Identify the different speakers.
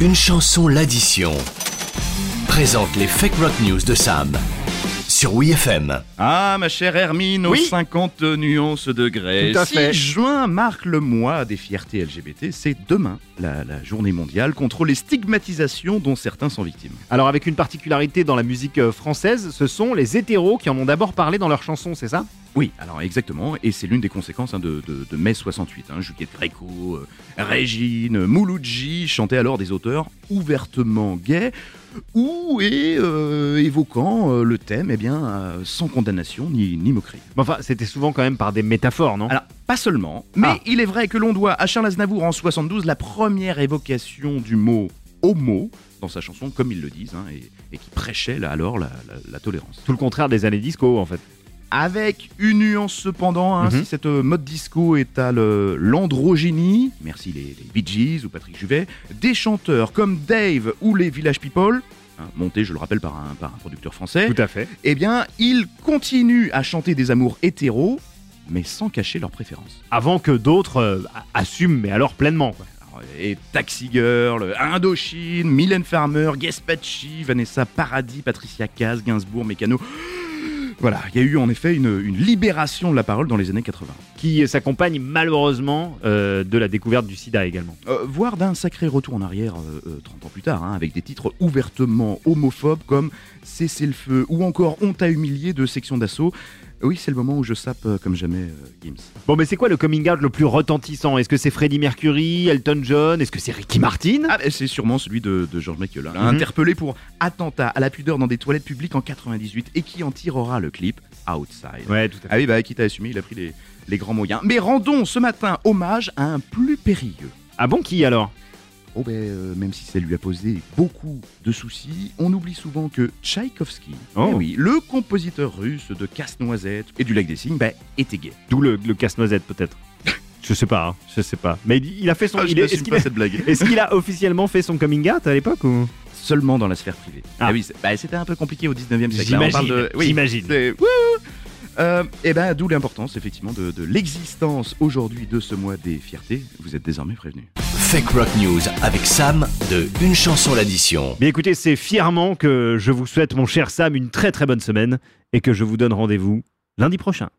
Speaker 1: Une chanson, l'addition. Présente les Fake Rock News de Sam. Sur WeFM.
Speaker 2: Ah, ma chère Hermine, aux
Speaker 3: Oui.
Speaker 2: 50 nuances de grès.
Speaker 3: Tout à
Speaker 2: 6
Speaker 3: fait.
Speaker 2: juin marque le mois des fiertés LGBT. C'est demain, la, la journée mondiale contre les stigmatisations dont certains sont victimes.
Speaker 3: Alors avec une particularité dans la musique euh, française, ce sont les hétéros qui en ont d'abord parlé dans leurs chansons, c'est ça
Speaker 2: Oui, alors exactement, et c'est l'une des conséquences hein, de, de- de mai 68. hein. Juliette Gréco, euh, Régine, euh, Mouloudji chantaient alors des auteurs ouvertement gays ou et, euh, évoquant euh, le thème eh bien, euh, sans condamnation ni, ni moquerie.
Speaker 3: Mais Enfin, c'était souvent quand même par des métaphores, non
Speaker 2: Alors, pas seulement, mais
Speaker 3: Ah.
Speaker 2: il est vrai que l'on doit à Charles Aznavour en 72 la première évocation du mot homo dans sa chanson, comme ils le disent, hein, et, et qui prêchait là, alors la- la- la tolérance.
Speaker 3: Tout le contraire des années disco, en fait.
Speaker 2: Avec une nuance cependant, hein,
Speaker 3: Mhm.
Speaker 2: si cette euh, mode disco est à le- l'androgynie, merci les, les Bee Gees ou Patrick Juvet, des chanteurs comme Dave ou les Village People, hein, montés je le rappelle par un, par un producteur français,
Speaker 3: Tout à fait.
Speaker 2: eh bien ils continuent à chanter des amours hétéros, mais sans cacher leurs préférences.
Speaker 3: Avant que d'autres euh, a- assument, mais alors pleinement. quoi.
Speaker 2: Alors, Et Taxi Girl, Indochine, Mylène Farmer, Gaspacci, Vanessa Paradis, Patricia Caz, Gainsbourg, Mécano. Voilà, il y a eu en effet une- une libération de la parole dans les années 80.
Speaker 3: Qui s'accompagne malheureusement euh, de la découverte du sida également.
Speaker 2: Euh, voire d'un sacré retour en arrière euh, euh, 30 ans plus tard, hein, avec des titres ouvertement homophobes comme Cessez le feu ou encore On t'a humilié de section d'assaut. Oui, c'est le moment où je sape euh, comme jamais euh, Gims.
Speaker 3: Bon, mais c'est quoi le coming out le plus retentissant Est-ce que c'est Freddie Mercury, Elton John Est-ce que c'est Ricky Martin
Speaker 2: Ah, bah, c'est sûrement celui de, de Georges Michael, hein,
Speaker 3: Mhm.
Speaker 2: interpellé pour attentat à la pudeur dans des toilettes publiques en 98 et qui en tirera le clip Outside.
Speaker 3: Ouais, tout à fait.
Speaker 2: Ah oui, bah quitte à assumer, il a pris les, les grands moyens. Mais rendons ce matin hommage à un plus périlleux.
Speaker 3: Ah bon, qui alors
Speaker 2: Oh ben, euh, même si ça lui a posé beaucoup de soucis, on oublie souvent que Tchaïkovski,
Speaker 3: Oh.
Speaker 2: eh oui, le compositeur russe de Casse-Noisette et du Lac des Cygnes, ben, était gay.
Speaker 3: D'où le, le casse-noisette peut-être. je sais pas, hein, je sais pas. Mais il, il a
Speaker 2: Oh,
Speaker 3: fait son. il est- est-ce qu'il a-
Speaker 2: cette blague.
Speaker 3: Est-ce qu'il a officiellement fait son coming out à l'époque ou
Speaker 2: Seulement dans la sphère privée.
Speaker 3: Ah.
Speaker 2: Ah, oui, c'est- bah, c'était un peu compliqué au 19e siècle. là, on parle
Speaker 3: J'imagine.
Speaker 2: de- oui,
Speaker 3: J'imagine.
Speaker 2: c'est- Wouhou Euh, eh ben, d'où l'importance effectivement de, de l'existence aujourd'hui de ce mois des fiertés. Vous êtes désormais prévenus.
Speaker 1: Fake Rock News avec Sam de Une chanson, l'addition.
Speaker 3: Bien écoutez, c'est fièrement que je vous souhaite, mon cher Sam, une très très bonne semaine et que je vous donne rendez-vous lundi prochain.